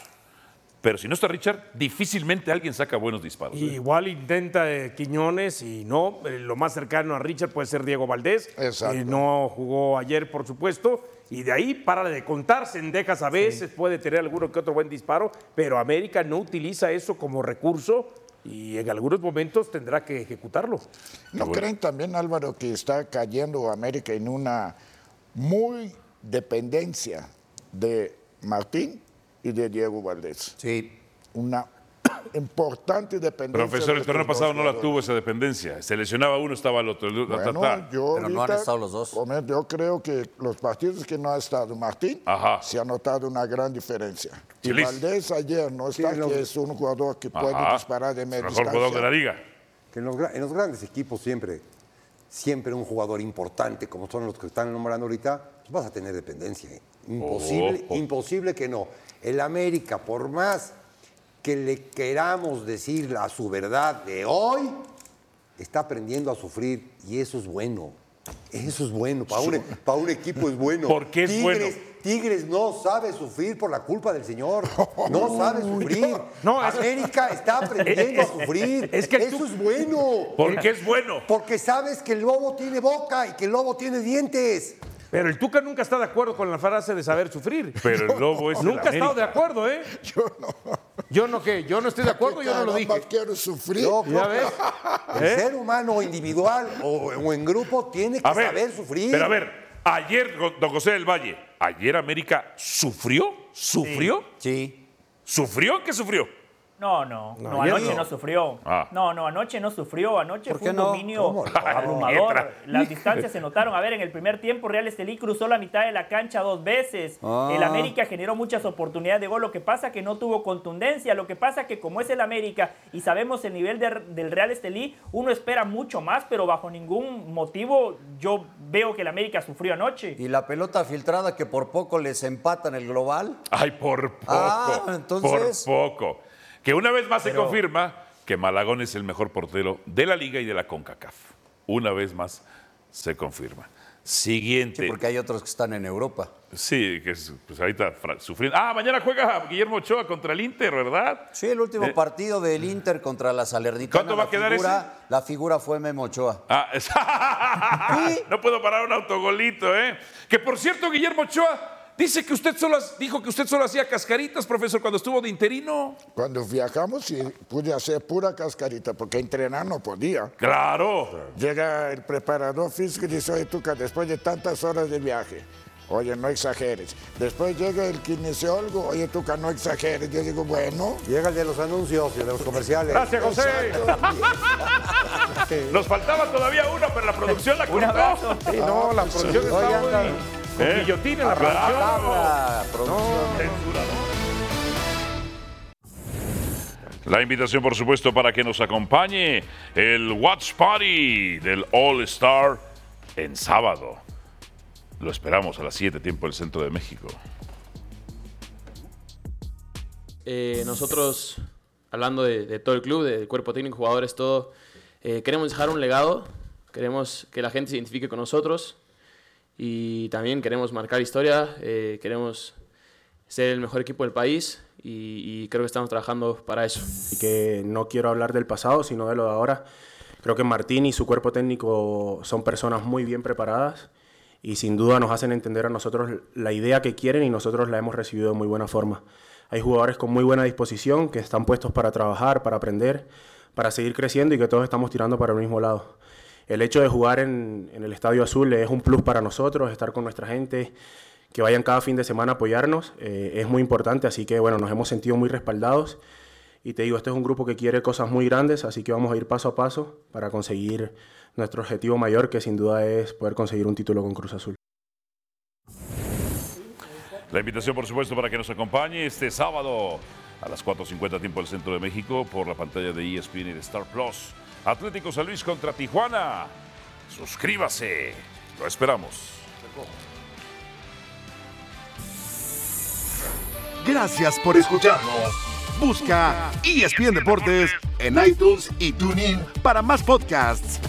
S4: Pero si no está Richard, difícilmente alguien saca buenos disparos.
S15: Y Igual intenta eh, Quiñones y no. Eh, Lo más cercano a Richard puede ser Diego Valdés. que no jugó ayer, por supuesto. Y de ahí para de contar, Sendejas a veces puede tener alguno que otro buen disparo, pero América no utiliza eso como recurso y en algunos momentos tendrá que ejecutarlo.
S8: ¿No creen también, Álvaro, que está cayendo América en una muy dependencia de Martín y de Diego Valdés? Sí. Una importante dependencia.
S4: Profesor,
S8: de
S4: el torneo
S8: estos
S4: pasado
S8: dos
S4: no la
S8: jugadores.
S4: tuvo esa dependencia. Se lesionaba uno, estaba el otro. el- ta, ta,
S8: Bueno,
S4: ta.
S8: yo ahorita,
S7: dos.
S8: Omar, Yo creo que los partidos que no ha estado Martín
S4: Ajá.
S8: se ha notado una gran diferencia. Y
S4: Chelis.
S8: Valdés ayer no está, que es un jugador que puede
S6: Ajá.
S8: disparar de media
S4: Mejor jugador de la liga.
S6: Que en los, gra- en los grandes equipos siempre, siempre un jugador importante, como son los que están nombrando ahorita, pues vas a tener dependencia. ¿eh? Imposible,
S4: Ojo.
S6: imposible que no. El América, por más que le queramos decir la su verdad de hoy, está aprendiendo a sufrir y eso es bueno. Eso es bueno, para un, e-, para un equipo es bueno.
S4: ¿Por qué es
S6: Tigres,
S4: bueno?
S6: Tigres no sabe sufrir por la culpa del señor. No sabe sufrir.
S4: No, es-
S6: América está aprendiendo a sufrir.
S4: Es que
S6: Eso
S4: tú-
S6: es pues bueno.
S4: Porque es bueno.
S6: Porque sabes que el lobo tiene boca y que el lobo tiene dientes.
S15: Pero el Tuca nunca está de acuerdo con la frase de saber sufrir. Pues,
S4: Pero el lobo es el
S15: Nunca he estado de
S4: América.
S15: acuerdo, ¿eh? Yo no. Yo no qué, yo no estoy de acuerdo, yo no lo dije.
S8: quiero sufrir.
S15: ¿Ya ves?
S6: El
S15: ¿Eh?
S6: ser humano individual o, o en grupo tiene que
S4: A ver,
S6: saber sufrir.
S4: Pero a ver, ayer, go- don José del Valle, ayer América sufrió, sufrió.
S7: Sí.
S4: ¿Sufrió? ¿Qué sufrió?
S13: No, no,
S4: No,
S13: no,
S4: ayer
S13: anoche
S4: no.
S13: no, sufrió.
S4: Ah.
S13: No, no, anoche no sufrió. Anoche
S7: ¿Por
S13: fue
S7: qué
S13: un
S7: no? ¿Cómo?
S13: dominio
S7: No.
S13: abrumador.
S4: Letra.
S13: Las distancias se notaron. A ver, en el primer tiempo Real Estelí cruzó la mitad de la cancha dos veces.
S7: Ah.
S13: El América generó muchas oportunidades de gol. Lo que pasa que no tuvo contundencia. Lo que pasa que como es el América y sabemos el nivel de- del Real Estelí, uno espera mucho más, pero bajo ningún motivo yo veo que el América sufrió anoche.
S7: Y la pelota filtrada que por poco les empatan el global.
S4: Ay, por poco.
S7: Ah, entonces-
S4: Por poco. Que una vez más se
S7: Pero-
S4: confirma que Malagón es el mejor portero de la liga y de la CONCACAF. Una vez más se confirma. Siguiente. Sí,
S7: porque hay otros que están en Europa.
S4: que es, pues ahorita fra- sufriendo. Ah, mañana juega Guillermo Ochoa contra el Inter, ¿verdad?
S7: Sí, el último
S4: Eh.
S7: partido del Inter contra la Salernitana.
S4: ¿Cuánto va a
S7: la
S4: quedar
S7: figura, La figura fue Memo Ochoa.
S4: Ah, es- no puedo parar un autogolito, ¿eh? Que por cierto, Guillermo Ochoa dice que usted solo ha- dijo que usted solo hacía cascaritas, profesor, cuando estuvo de interino.
S8: Cuando viajamos sí, pude hacer pura cascarita porque entrenar no podía.
S4: Claro.
S8: Llega el preparador físico y dice, oye Tuca, después de tantas horas de viaje, oye, no exageres. Después llega el kinesiólogo, oye Tuca, no exageres. Yo digo, bueno.
S6: Llega el de los anuncios y de los comerciales.
S4: Gracias, José. Nos faltaba todavía uno, pero la producción la cortó.
S15: Sí, no, la producción
S4: sí.
S15: está
S4: Hoy
S15: muy...
S4: andan
S15: Con
S4: ¿Eh?
S15: guillotina la
S4: Claro. La invitación, por supuesto, para que nos acompañe el Watch Party del All Star en sábado. Lo esperamos a las 7, tiempo del centro de México.
S14: Eh, nosotros, hablando de, de todo el club, del cuerpo técnico, jugadores, todo, eh, queremos dejar un legado, queremos que la gente se identifique con nosotros y también queremos marcar historia, eh, queremos ser el mejor equipo del país y- y creo que estamos trabajando para eso.
S16: Así que no quiero hablar del pasado, sino de lo de ahora. Creo que Martín y su cuerpo técnico son personas muy bien preparadas y sin duda nos hacen entender a nosotros la idea que quieren y nosotros la hemos recibido de muy buena forma. Hay jugadores con muy buena disposición que están puestos para trabajar, para aprender, para seguir creciendo y que todos estamos tirando para el mismo lado. El hecho de jugar en, en el Estadio Azul es un plus para nosotros, estar con nuestra gente, que vayan cada fin de semana a apoyarnos, eh, es muy importante, así que bueno, nos hemos sentido muy respaldados y te digo, este es un grupo que quiere cosas muy grandes, así que vamos a ir paso a paso para conseguir nuestro objetivo mayor, que sin duda es poder conseguir un título con Cruz Azul.
S4: La invitación, por supuesto, para que nos acompañe este sábado a las 4.50 tiempo del Centro de México por la pantalla de E ESPN y de Star Plus. Atlético San Luis contra Tijuana. Suscríbase. Lo esperamos.
S1: Gracias por escucharnos. Busca ESPN Deportes en iTunes y TuneIn para más podcasts.